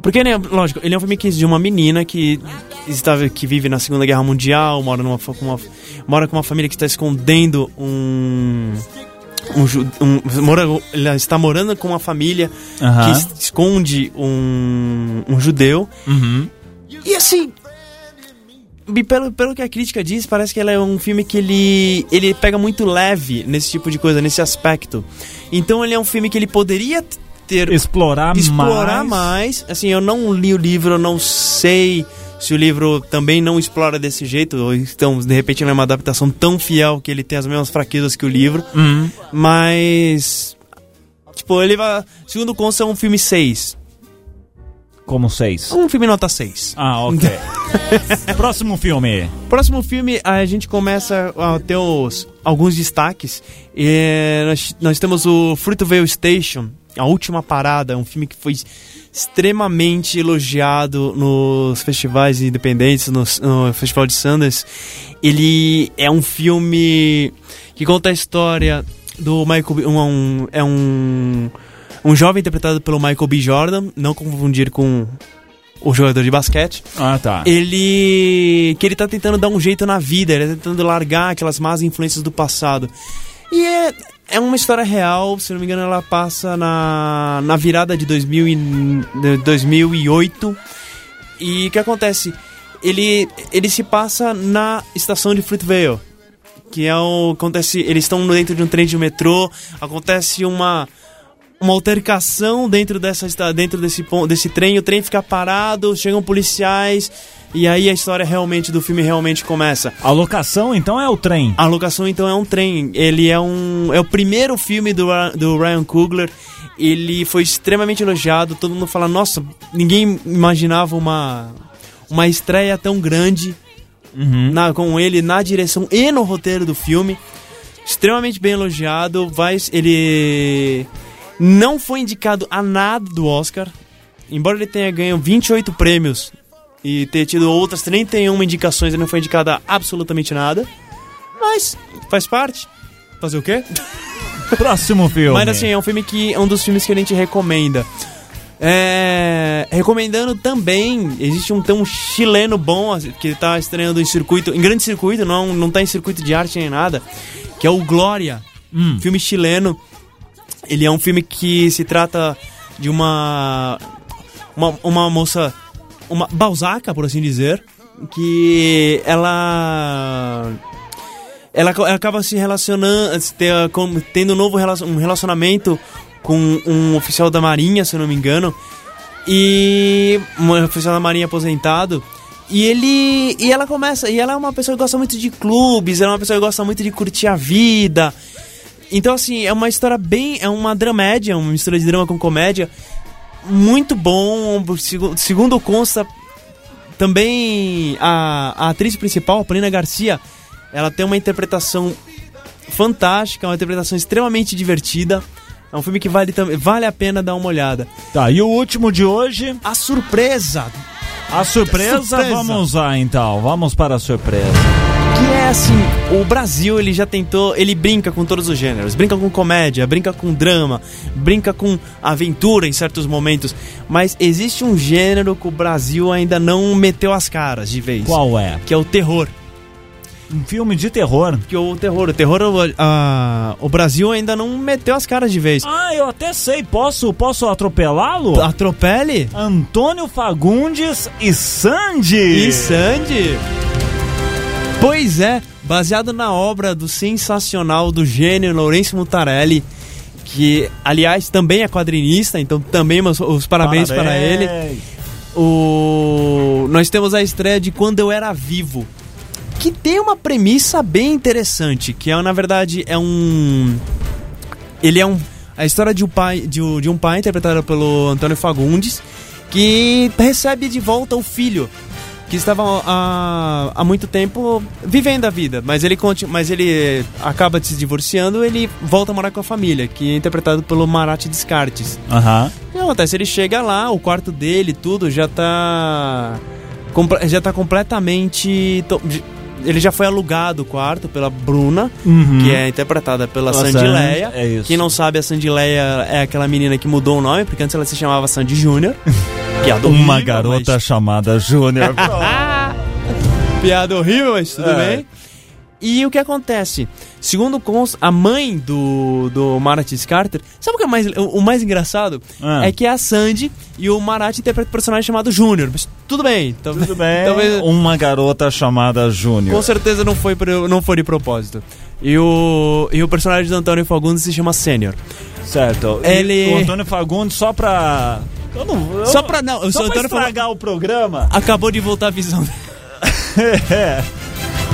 Porque, né, lógico, ele é um filme que- de uma menina que estava que vive na Segunda Guerra Mundial, mora numa fa- com uma, mora com uma família que está escondendo um um, ju- um- mora, ela está morando com uma família que
Aham.
es- esconde um, um judeu. E assim, e pelo, pelo que a crítica diz, parece que ela é um filme que ele, ele pega muito leve nesse tipo de coisa, nesse aspecto. Então ele é um filme que ele poderia t- ter
Explorar,
explorar
mais.
mais. Assim, eu não li o livro, eu não sei se o livro também não explora desse jeito, ou então, de repente, não é uma adaptação tão fiel que ele tem as mesmas fraquezas que o livro.
Uhum.
Mas. Tipo, ele vai. Segundo o Consta, é um filme 6.
Como seis.
Um filme nota 6.
Ah,
(laughs)
ok. Próximo filme.
Próximo filme, a gente começa a ter os- alguns destaques. É, nós, nós temos o Fruitvale Station, A Última Parada, um filme que foi extremamente elogiado nos festivais independentes, nos- no, Festival de Sundance. Ele é um filme que conta a história do Michael... B- um- um- é um, um jovem interpretado pelo Michael B. Jordan, não confundir com o jogador de basquete.
Ah, tá.
Ele. que ele tá tentando dar um jeito na vida, ele tá tentando largar aquelas más influências do passado. E é, é uma história real, se não me engano, ela passa na, na virada de, 2000 e, de 2008. E o que acontece? Ele, ele se passa na estação de Fruitvale. Que é o. acontece. Eles estão dentro de um trem de metrô, acontece uma uma altercação dentro dessa esta- dentro desse pon- desse trem, o trem fica parado, chegam policiais e aí a história realmente do filme realmente começa.
A locação, então, é o trem.
A locação então é um trem, ele é um é o primeiro filme do, Ra- do Ryan Coogler. Ele foi extremamente elogiado, todo mundo fala: "Nossa, ninguém imaginava uma uma estreia tão grande na- com ele na direção e no roteiro do filme. Extremamente bem elogiado. Vai, ele não foi indicado a nada do Oscar. Embora ele tenha ganho 28 prêmios e ter tido outras 31 indicações, ele não foi indicado a absolutamente nada. Mas faz parte. Fazer o quê?
Próximo filme.
Mas assim, é um filme que é um dos filmes que a gente recomenda. É, recomendando também, existe um, tem um chileno bom assim, que tá estreando em circuito, em grande circuito, não, não tá em circuito de arte nem nada, que é o Glória, filme chileno. Ele é um filme que se trata de uma uma, uma moça, uma balzaca, por assim dizer, que ela ela, ac- acaba se relacionando, se te- com- tendo um novo relacion- um relacionamento com um oficial da Marinha, se eu não me engano, e um oficial da Marinha aposentado. E ele e ela começa, e ela é uma pessoa que gosta muito de clubes, ela é uma pessoa que gosta muito de curtir a vida. Então assim, é uma história bem, é uma dramédia, uma mistura de drama com comédia, muito bom, segu- segundo consta também a, a atriz principal, Paulina Garcia, ela tem uma interpretação fantástica, uma interpretação extremamente divertida. É um filme que vale, tam- vale a pena dar uma olhada.
Tá, e o último de hoje,
A surpresa,
a surpresa,
Surpresa.
vamos lá então, vamos para a surpresa.
que é assim, o Brasil ele já tentou, ele brinca com todos os gêneros, brinca com comédia, brinca com drama, brinca com aventura em certos momentos, mas existe um gênero que o Brasil ainda não meteu as caras de vez,
Qual é?
que é o terror.
Um filme de terror.
que o terror, o terror, o- a- o Brasil ainda não meteu as caras de vez.
Ah, eu até sei, posso, posso atropelá-lo?
Tá. Atropele
Antônio Fagundes e Sandy.
e Sandy. Pois é, baseado na obra do sensacional do gênio Lourenço Mutarelli, que aliás também é quadrinista, então também meus- os parabéns, para ele. O nós temos a estreia de Quando Eu Era Vivo, que tem uma premissa bem interessante, que é na verdade é um ele é um a história de um pai de, um- de um pai interpretado pelo Antônio Fagundes que recebe de volta o filho que estava há, há muito tempo vivendo a vida, mas ele conti- mas ele acaba se divorciando, ele volta a morar com a família, que é interpretado pelo Marat Descartes.
Aham.
O que acontece? Ele chega lá, o quarto dele, tudo já tá. comple- Já tá completamente. to- Ele já foi alugado o quarto pela Bruna, que é interpretada pela
Uhum. Pela
Sandileia.
Sandy, é isso.
Quem não sabe, a Sandileia é aquela menina que mudou o nome, porque antes ela se chamava Sandy Júnior. (laughs) Piada horrível,
Uma garota
mas-
chamada
(laughs)
Júnior.
Piada horrível, mas tudo
É.
bem. E o que acontece? Segundo consta, a mãe do, do Marat Carter, sabe o que é mais, o, o mais engraçado?
Ah.
É que a Sandy e o Marat interpretam um personagem chamado Júnior. Mas tudo bem. tal-
Tudo (laughs)
(laughs)
bem.
Talvez,
Uma garota chamada
com
Júnior.
certeza não foi, pro- não foi de propósito. E o, e o personagem do Antônio Fagundes se chama Sênior.
Certo. E
Ele-
O Antônio Fagundes só pra. Eu não, eu
Só pra- não, eu
Oh, só
sou
pra
Antônio Fagundes-
estragar o (laughs) programa.
Acabou de voltar a visão dele.
É.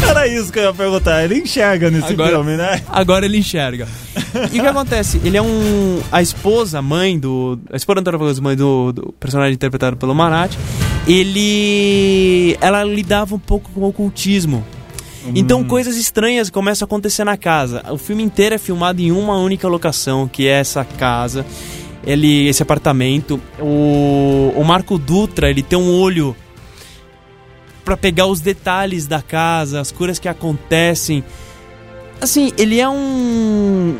Era isso que eu ia perguntar. Ele enxerga nesse
Agora-
filme, né?
Agora ele enxerga. E o que acontece? Ele é um. A esposa, a mãe do. A esposa do Antônio Fagundes, mãe do, do personagem interpretado pelo Marat, ele. Ela lidava um pouco com o ocultismo. Então coisas estranhas começam a acontecer na casa. O filme inteiro é filmado em uma única locação, que é essa casa, ele, esse apartamento. O, o Marco Dutra, ele tem um olho pra pegar os detalhes da casa, as curas que acontecem. Assim, ele é um.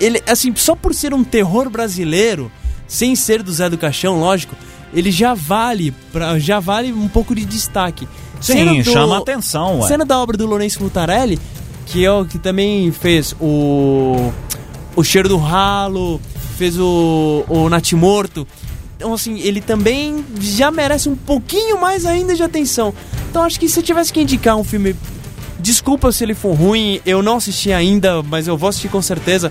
Ele, assim, só por ser um terror brasileiro, sem ser do Zé do Caixão, lógico, ele já vale, pra, já vale um pouco de destaque.
Sim,
Sendo do-
chama atenção, ué.
Cena da obra do Lourenço Mutarelli, que é o que também fez o o Cheiro do Ralo, fez o o Natimorto. Então assim, ele também já merece um pouquinho mais ainda de atenção. Então acho que se eu tivesse que indicar um filme Desculpa se ele for ruim, eu não assisti ainda, mas eu vou assistir com certeza.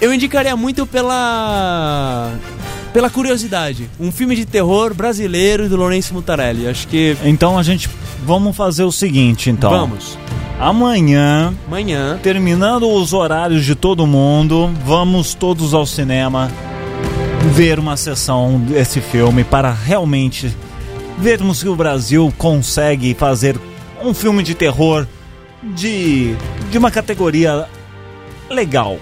Eu indicaria muito pela pela curiosidade, um filme de terror brasileiro do Lourenço Mutarelli. Acho que
Então a gente. Vamos fazer o seguinte, então.
vamos.
Amanhã,
Amanhã
terminando os horários de todo mundo, vamos todos ao cinema ver uma sessão desse filme para realmente vermos que o Brasil consegue fazer um filme de terror de, de uma categoria legal.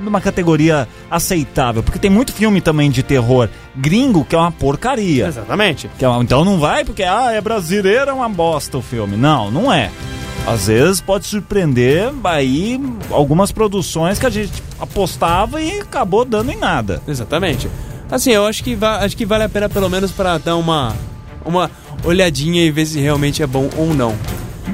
de uma categoria aceitável, porque tem muito filme também de terror gringo que é uma porcaria.
Exatamente.
Que é uma- Então não vai porque, ah, é brasileiro, é uma bosta o filme. Não, não é. Às vezes pode surpreender aí algumas produções que a gente apostava e acabou dando em nada.
Exatamente. Assim, eu acho que, va- acho que vale a pena pelo menos pra dar uma, uma olhadinha e ver se realmente é bom ou não.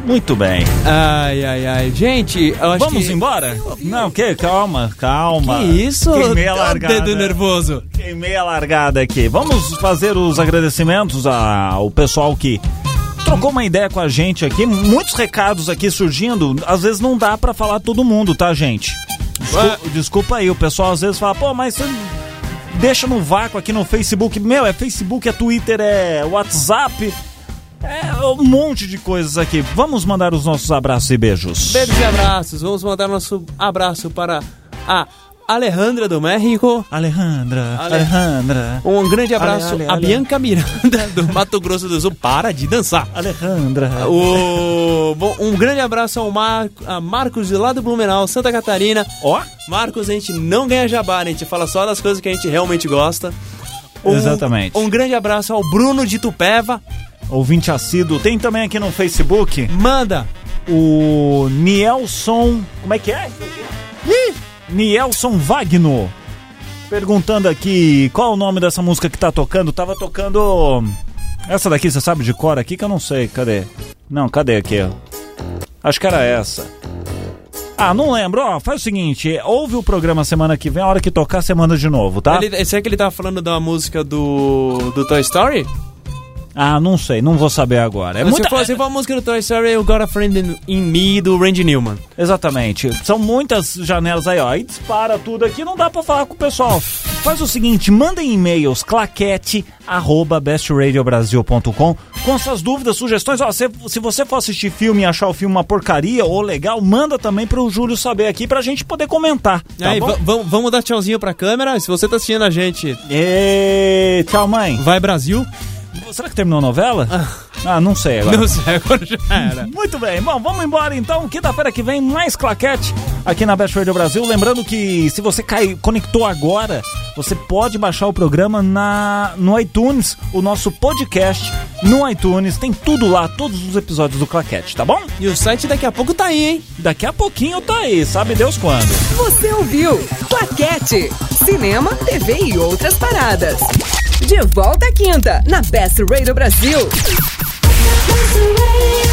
Muito bem.
Ai, ai, ai. Gente, eu acho
Vamos
que...
embora? Não, que? Calma, calma.
Que isso?
Queimei a
Dá um
largada.
dedo nervoso.
Queimei a largada aqui. Vamos fazer os agradecimentos ao pessoal que trocou uma ideia com a gente aqui. Muitos recados aqui surgindo. Às vezes não dá pra falar todo mundo, tá, gente? Descu-
Ué.
desculpa aí, o pessoal às vezes fala, pô, mas você deixa no vácuo aqui no Facebook. Meu, é Facebook, é Twitter, é WhatsApp. É um monte de coisas aqui. Vamos mandar os nossos abraços e beijos.
Beijos e abraços. Vamos mandar nosso abraço para a Alejandra do México.
Alejandra,
Ale-
Alejandra,
Um grande abraço
Ale, ale,
a
ale.
Bianca Miranda (laughs) do Mato Grosso do Sul. Para de dançar.
Alejandra.
O... Bom, um grande abraço ao Mar... a Marcos de lá do Blumenau, Santa Catarina.
Ó,
Marcos, a gente não ganha jabá, né? a gente fala só das coisas que a gente realmente gosta.
Exatamente.
Um grande abraço ao Bruno de Tupéva.
ouvinte assíduo. Tem também aqui no Facebook
Manda!
o Nielson. Como é que é? Ih, Nielson Wagno. Perguntando aqui qual o nome dessa música que tá tocando. Tava tocando. Essa daqui, você sabe de cor aqui que eu não sei. Cadê? Não, cadê aqui? ó? Acho que era essa. Ah, não lembro. Ó, faz o seguinte: ouve o programa semana que vem, a hora que tocar, você manda de novo, tá?
Ele, será que ele tava falando da música do, do Toy Story?
Ah, não sei, não vou saber agora. É
se,
muita...
for, se for a assim, música do Toy Story, eu Got a Friend in, in Me do Randy Newman.
Exatamente. São muitas janelas aí, ó. Aí dispara tudo aqui, não dá pra falar com o pessoal. Faz o seguinte, mandem e-mails claquete@bestradiobrasil.com com suas dúvidas, sugestões. Ó, se, se você for assistir filme e achar o filme uma porcaria ou legal, manda também pro Júlio saber aqui pra gente poder comentar, tá
Aí,
bom?
va- vam- vamos dar tchauzinho pra câmera. Se você tá assistindo a gente,
Ê, tchau, mãe.
vai Brasil. Uhum.
Será que terminou a novela? Ah, não sei agora.
Não sei, (laughs) agora já era.
Muito bem, bom, vamos embora então. Quinta-feira que vem, mais claquete aqui na Best Radio Brasil. Lembrando que se você cai, conectou agora, você pode baixar o programa na, no iTunes, o nosso podcast no iTunes. Tem tudo lá, todos os episódios do claquete, tá bom?
E o site daqui a pouco tá aí, hein?
Daqui a pouquinho tá aí, sabe Deus quando.
Você ouviu? Claquete. Cinema, TV e outras paradas. De volta à quinta, na Best Radio Brasil.
Best Radio.